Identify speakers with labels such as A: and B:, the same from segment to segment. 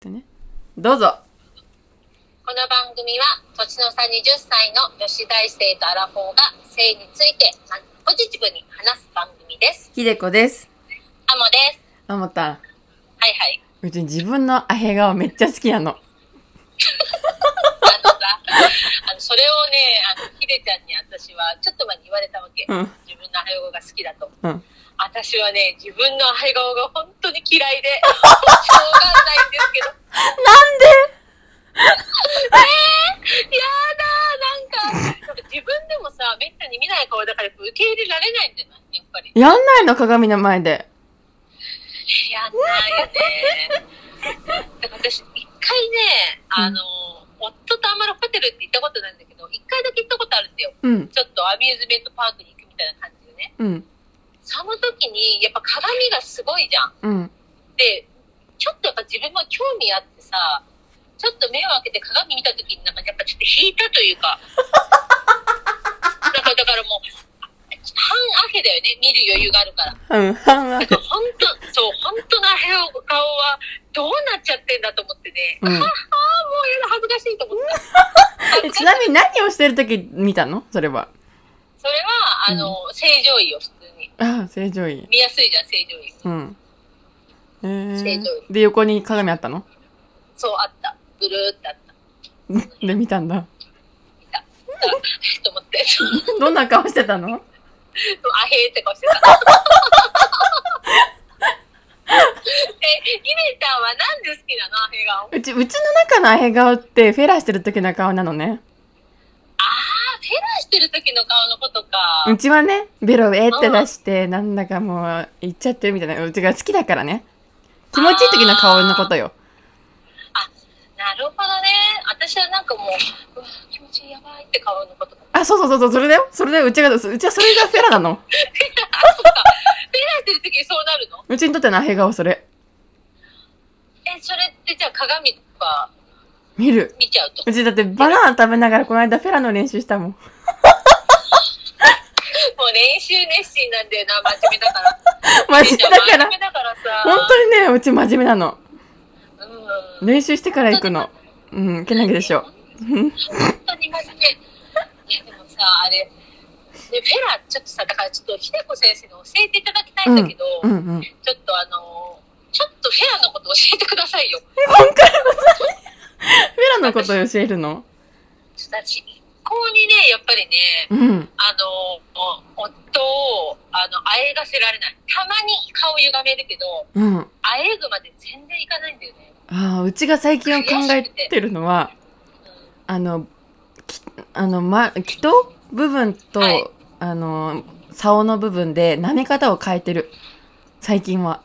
A: てねどうぞ
B: この番組は年の差20歳の女子大生とアラフォーが性についてポジティブに話す番組です。
A: ひでこです
B: アモです。
A: あもたん
B: はい はい。
A: うち自分のアヘ顔めっちゃ好きなの
B: あのさ、あのそれをね、あのひでちゃんに私はちょっと前に言われたわけ。
A: うん
B: 自分のアヘ顔が好きだと。
A: うん
B: 私はね、自分のアヘ顔が本当に嫌いで、しょうがないんですけど。なんでえー、やだー、なんか、なんか自分でもさ、めったに見ない顔だから受け入れられないんじゃないやっぱり。
A: やんないの鏡の前で
B: やんないよね。だから私、一回ね、あの、夫とあんまりホテルって行ったことないんだけど、一回だけ行ったことあるんだよ。
A: うん
B: ちょっとアミューズメントパークに行くみたいな感じでね。
A: うん
B: その時に、やっぱ鏡がすごいじゃん。
A: うん
B: で、ちょっとやっぱ自分も興味あってさ、ちょっと目を開けて鏡見た時になんかやっぱちょっと引いたというか、なんかだからもう、半アヘだよね、見る余裕があるから。
A: うん半ア
B: なん
A: ヘ
B: か本当、そう、本当のヘオ顔はどうなっちゃってんだと思ってね。
A: うん
B: ああ、もうやだ、恥ずかしいと思った。
A: えちなみに何をしてる時見たのそれは
B: それは、あの、正常位を普通に。
A: ああ正常位
B: 見やすいじゃん、正常位。
A: うんえー
B: 正常、位
A: で横に鏡あったの
B: そう、あった。ぐるーってあった。
A: で見たん だ
B: と思って。そう
A: どんな顔してたの
B: あへーって顔してた。 え、イメちゃんはなんで好きなのアヘ顔。
A: うちうちの中のアヘ顔ってフェラしてる時の顔なのね
B: あ、フェラしてる時の顔のことか。
A: うちはねベロえって出してなんだかもう行っちゃってるみたいなうちが好きだからね気持ちいい時の顔のことよ
B: なるほどね。私はなんかもう、うわ、気持ちいいやばいって顔のことか。
A: あそうそうそうそうそれだよそれだようちがうちはそれがフェラなの
B: フェラしてる時にそうなるの
A: うちにとってのアヘ顔それ
B: え、それってじゃあ鏡とか
A: 見る
B: 見ちゃうと。
A: うちだってバナナ食べながらこの間フェラの練習したもん
B: もう練習熱心なんだよな、真面目だから。
A: マジ
B: じ
A: だ
B: ゃあ
A: か
B: 真面
A: ら
B: 目だから
A: 本
B: さ。
A: 当にねうち真面目なの
B: うん。
A: 練習してから行くのうんけなげでしょ
B: 本当に真面目。いや、でもさ、あれ、ね、フェラ、ちょっとさ、だからちょっと、ひでこ先生に教えていただきたいんだけど、
A: うんうん
B: ちょっとあのーちょっとフェラのこと教えてくださいよ。
A: フェラのこと教えるの
B: ちょっと私、一向にね、やっぱりね、
A: うん
B: あの、夫を、あの、あえがせられない。たまに顔歪めるけど、
A: うん
B: あえぐまで全然いかないんだよね。
A: ああうちが最近考えてるのは
B: うん
A: あの、きあの、ま、気筒部分と、
B: はい
A: あの、竿の部分で舐め方を変えてる。最近は。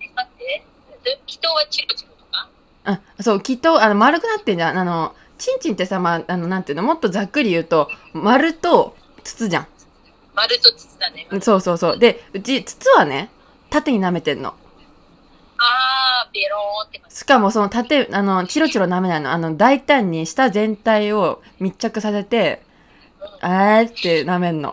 B: え待って。で祈祷はチロチロとか
A: あ、そう、気筒、あの、丸くなってんじゃん。あの、チンチンってさ、まあ、あの、なんていうの、もっとざっくり言うと、丸と筒じゃ
B: 丸と筒だね。
A: ん。そうそうそう。で、うち、筒はね、縦に舐めてんの。
B: あー、ベローンって感じ。
A: しかもその縦、あの、チロチロ舐めないの。あの、大胆に舌全体を密着させて、
B: うん
A: あーって舐めんの。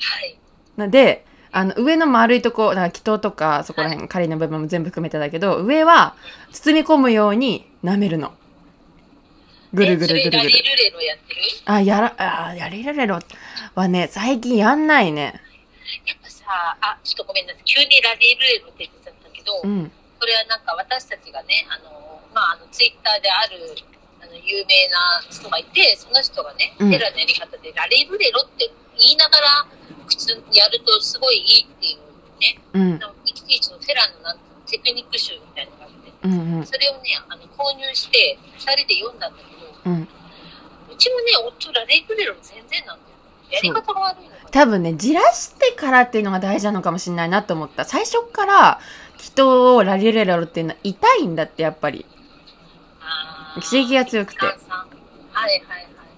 B: はい。
A: なであの上の丸いとこなんか気筒とかそこら辺狩りの部分も全部含めてだけど上は包み込むように舐めるのぐるぐるぐるぐ
B: えそれラ
A: る
B: リルレロやってる
A: あやらあやれられろはね最近やんないね
B: やっぱさ、あ、ちょっとごめんなさい。急にラリルレロって言ってたんだけど、
A: うん
B: それはなんか私たちがね、あの、まあ、あの、ツイッターである、あの、有名な人がいて、その人がね、
A: うん
B: テラのやり方でラレブレロって言いながら、口やるとすごいいいっていうね、
A: うん
B: なんかいちいちのテラのなんかテクニック集みたいなのがあって、
A: うんうん
B: それをね、あの、購入して、二人で読んだんだけど、
A: うん
B: うちもね、夫ラレブレロ全然なんだよ。やり方が悪いのかな。
A: 多分ねじらしてからっていうのが大事なのかもしれないなと思った最初っから気筒をラリレロっていうのは痛いんだってやっぱり
B: あー
A: 刺激が強くて
B: 炭酸はいはいはい。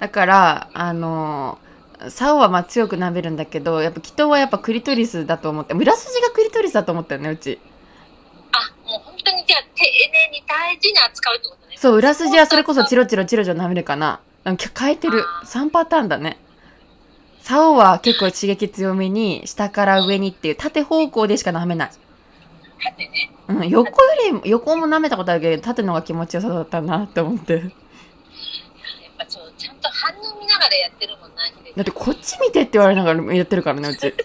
A: だから、あのー、竿はまあ強く舐めるんだけど、やっぱ、祈祷はやっぱクリトリスだと思って、裏筋がクリトリスだと思ったよね、うち。
B: あ、もう本当にじゃあ丁寧に大事に扱うってことね。
A: そう、裏筋はそれこそチロチロチロチロ舐めるかな。うんき変えてる。3パターンだね。竿は結構刺激強めに、下から上にっていう縦方向でしか舐めない。
B: 縦ね。
A: うん、横より、横も舐めたことあるけど、縦の方が気持ちよさそうだったなって思って。
B: やっぱそう、ちゃんと反応見ながらやってるもんな、ヒデ
A: だってこっち見てって言われながらやってるからね、うち。こ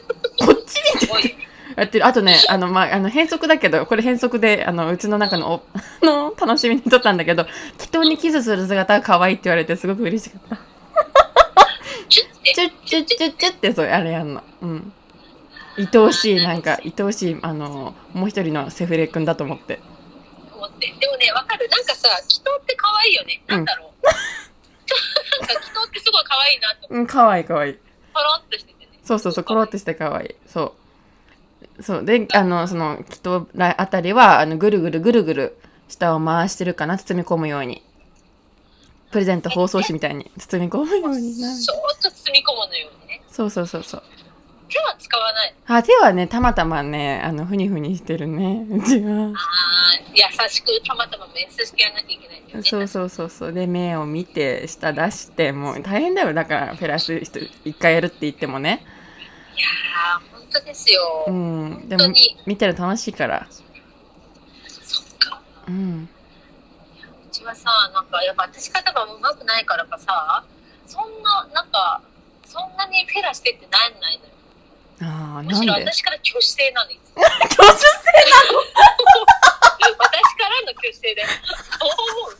A: っち 見て
B: おい、
A: やってる。あとね、あの、まあ、あの、変則だけど、これ変則で、あの、うちの中のお、 あの、楽しみに撮ったんだけど、人にキスする姿が可愛いって言われて、すごく嬉しかった。
B: チュッて
A: チュッチュッチュッチュッって、そう、あれやんの。うん。愛おしい、なんか、愛おしい、あの、もう一人のセフレ君だと思って。
B: 思って。でもね、わかる。なんかさ、祈祷って可愛いよね。なんだ ろう。なんか祈祷ってすごい可愛いなと思って、
A: うん、可愛い可愛い。
B: ポロッとしててね。
A: そうそうそう、コロってして可愛い。そう。そう。で、あの、その、きっとらあたりは、あの、ぐるぐるぐるぐる、下を回してるかな、包み込むように。プレゼント包装紙みたいに、包み込むようにな。
B: そーっと包み込むのようにね。
A: そうそうそうそう。
B: 手は使わない。
A: あ、手はね、たまたまね、あの、ふにふにしてるね、うちは。
B: あー優しくたまたま面接してやらなきゃいけないんだよね。
A: そうそうそうそう。で、目を見て、下出して、もう大変だよ。だから、フェラス一人一回やるって言ってもね。
B: いやー、本当ですよ。
A: うん。で
B: 本
A: も
B: 当に、
A: 見てる楽しいから。
B: そっか。
A: うん。
B: うちはさ、なんかやっぱ私方がうまくないからかさ、そんな、なんか、そんなにフェラしてってなんないのよ。
A: ああ、
B: む
A: な
B: しろ
A: んで
B: 私から挙手制なのいつも
A: 教室
B: 私からの挙手制で。 そう思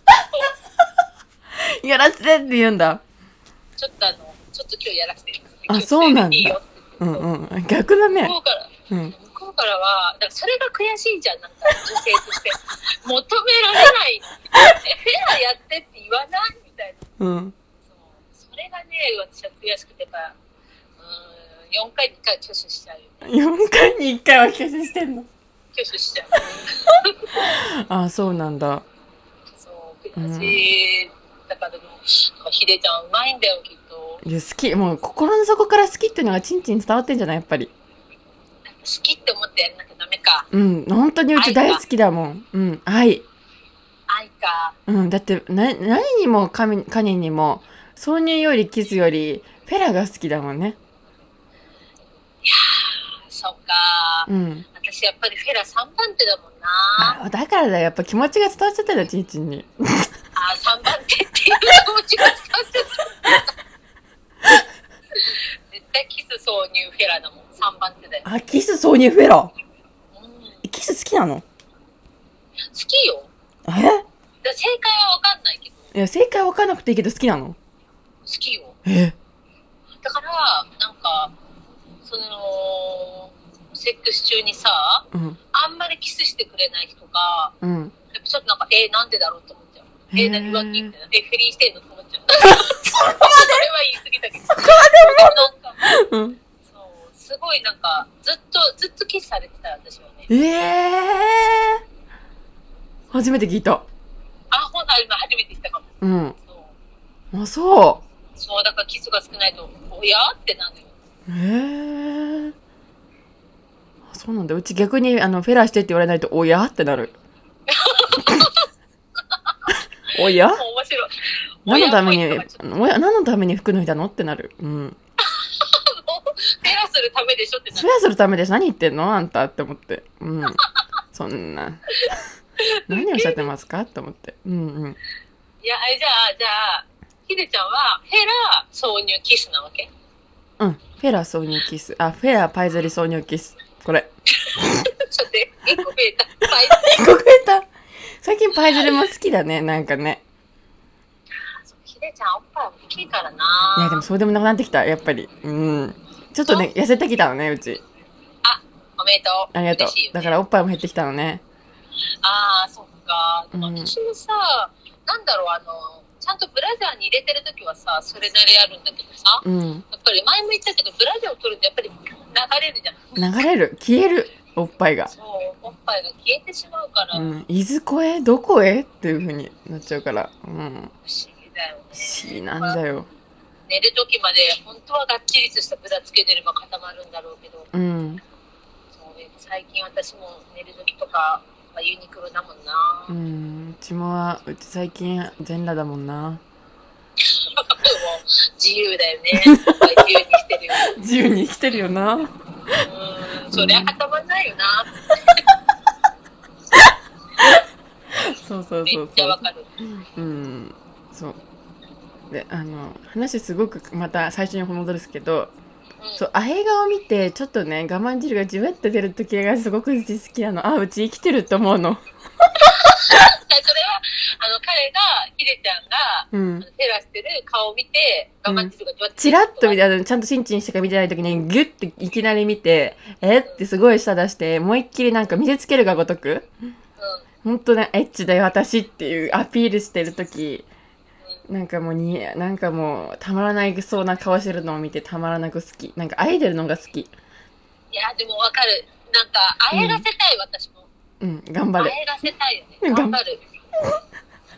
B: う。
A: やらせてって言うんだ。
B: ちょっとあの、ちょっと今日やらせて。
A: あそうなんだ
B: いいよって
A: う
B: 言っ
A: ん
B: て。
A: うん。逆だ
B: 向
A: ね
B: こ。うから、
A: うん。
B: 向こうからは、だからそれが悔しいじゃん、なんか女性として。求められない。えフェラやってって言わないみたいな。
A: うん。
B: そうそれがね、私は悔しくてば、うーん、4回、2回挙手しちゃうよ。
A: 4回に1回は休止してんの。
B: 挙手しちゃう。
A: ああ、そうなんだ。
B: そう、悔しい。だからでも、ヒデちゃんうまいんだよ、きっと。
A: いや、好き。もう心の底から好きっていうのがちんちん伝わってんじゃないやっぱり。
B: 好きって思ってやんなきゃダメか。
A: うん。本当にうち大好きだもん。うん。愛。
B: 愛か。
A: うん。だって、な、何にも神、カニにも、挿入よりキスより、フェラが好きだもんね。
B: そうか。
A: うん。
B: 私やっぱりフェラ3番手だもんな。
A: あだからだよ。やっぱ気持ちが伝わっちゃったんだ、ちんちんに。
B: あ、3番手っていう気持ちが伝わっちゃった。絶対キス挿入フェラだもん。3番手だよ。
A: あ、キス挿入フェラ。
B: うん、好
A: キス好きなの
B: きよ。
A: え
B: だから正解はわかんないけど、好
A: いや、正解わかんなくていいけど好きなの
B: きよ。
A: え
B: だから、なんか、その、セックス中にさ、
A: うん。
B: あんまりキスしてくれない人が、
A: うん。
B: やっぱちょっとなんか、えー、なんでだろうと思っちゃう。え
A: へー
B: ー、何浮気みたいな。えー、不倫してんのと思っちゃう。 それは言い過ぎたけど。そこまでも
A: うん。
B: そう、すごいなんか、ずっと、ずっとキスされてた私はね。
A: ええー、初めて聞いた。
B: あ、ほな、今初めて言ったかも。
A: うん。
B: そう。
A: あ、そ
B: そう、だからキスが少ないと、おやってなる
A: う。
B: よ。
A: ええー。あそうなんだ。うち逆に、あの、フェラーしてって言われないと、おやってなる。 おや
B: もう面白い。
A: 何のために
B: 親っぽい人がちょっと、
A: おや、何のために服脱いだのってなる。うん。
B: ペラするためでしょってな
A: それはするためです。何言ってんのあんたって思って。うん。そんな。何をおっしゃってますかって思って。うんうん。
B: いや、えじゃあ、じゃあ、ひでちゃんは、フェラ挿入キスなわけ
A: うん。フェラー挿入キス。あ、フェラーパイズリ挿入キス。こ れ。
B: ちょっと、一個増えた。はい
A: 結構増えた。最近パイズルも好きだね、なんかね。
B: ひでちゃん、おっぱい大きいから
A: い
B: な
A: や、でもそうでもなくなってきた、やっぱり。うん。ちょっとね、痩せてきたのね、うち。
B: おめでとう。
A: ありがとう
B: 嬉しい。よね
A: だからおっぱいも減ってきたのね。
B: ああ、そっか。でも
A: うん
B: 私もさ、なんだろう、あの、ちゃんとブラジャーに入れてるときはさ、それなりあるんだけどさ、
A: うん。
B: やっぱり前も言ったけど、ブラジャーを取るとやっぱり流れるじゃん。
A: 流れる。消える。おっぱいが。
B: そう、おっぱいが消えてしまうから、
A: う
B: 不思
A: ん。いずこへどこへっていう風になっちゃうから。うん。
B: 議だよね。
A: 不思議なんだよ。
B: 寝る時まで本当はがっちりとしたブラつけてれば固まるんだろうけど
A: うん。
B: そうね最近私も寝る時とか、まあ、ユニクロだもんな、
A: う。
B: もうん
A: うちもは、うち最近全裸だもんな。
B: 自由だ よね自由にしてるよ
A: 自由に生きてるよな。
B: うーんそりゃ固まんないよな
A: そうそう
B: め
A: そ
B: っ
A: う
B: ち
A: そ
B: ゃわ
A: う
B: かる。
A: うんそうであの話すごくまた最初に戻るんですけど
B: うん
A: そうあ映画を見てちょっとね我慢汁がじゅわって出る時がすごく好きなのあうち生きてると思うの
B: でそれは、あの、彼が、ヒデちゃんが、
A: うん
B: 照らしてる顔を見て、我慢汁がじわっ
A: チラッと見
B: て。
A: たちゃんとしんちんしか見てない時にギュッていきなり見てえってすごい舌出して思いっきりなんか見せつけるがごとく
B: うん。
A: 本当ねエッチだよ私っていうアピールしてる時なんかもうになんかもうたまらないそうな顔してるのを見てたまらなく好きなんかアイドルのが好き
B: いや、でもわかる。なんか、あえらせたい、私も。
A: うん頑張
B: あ
A: る
B: えらせたいよね。
A: うん
B: 頑張る。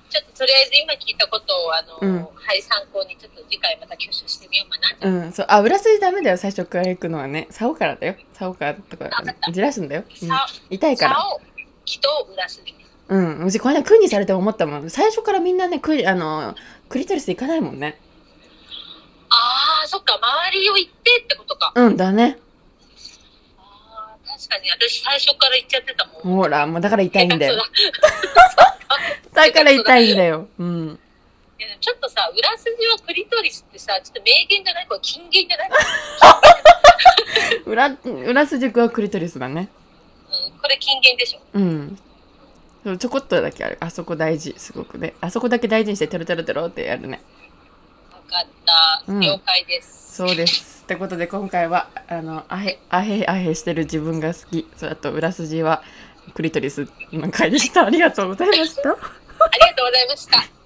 B: ちょっととりあえず今聞いたことを、あの、
A: うん
B: はい、参考に、ちょっと次回また挙手してみようかな。
A: うんそうあ裏筋ダメだよ最初から行くのはね竿からだよ竿からとか
B: わかった
A: じらすんだよ、うん
B: さ、
A: 痛いから
B: さを、人を裏すぎ。
A: うんうちこの間クにされて思ったもん最初からみんなねクあのクリトリス行かないもんね
B: ああ、そっか、周りを行ってってことか。
A: うんだね
B: あー確かに、私最初から行っちゃってたもん。
A: ほらもうだから痛いんだ よ
B: 下手
A: だ
B: く
A: から痛いんだようん
B: そだちょっとさ、裏筋はクリトリスってさ、ちょっと名言じゃないこれ金言じゃない、
A: 裏裏筋はクリトリスだね
B: うん、これ金言でしょ。
A: うん。そうちょこっとだけある。あそこ大事、すごくね。あそこだけ大事にして、てろてろてろってやるね。
B: わかった。
A: うん
B: 了解です。
A: そうです。ってことで、今回は、あの、あへ、あへ、あへしてる自分が好き。それあと、裏筋は、クリトリスの回でした。ありがとうございました。
B: ありがとうございました。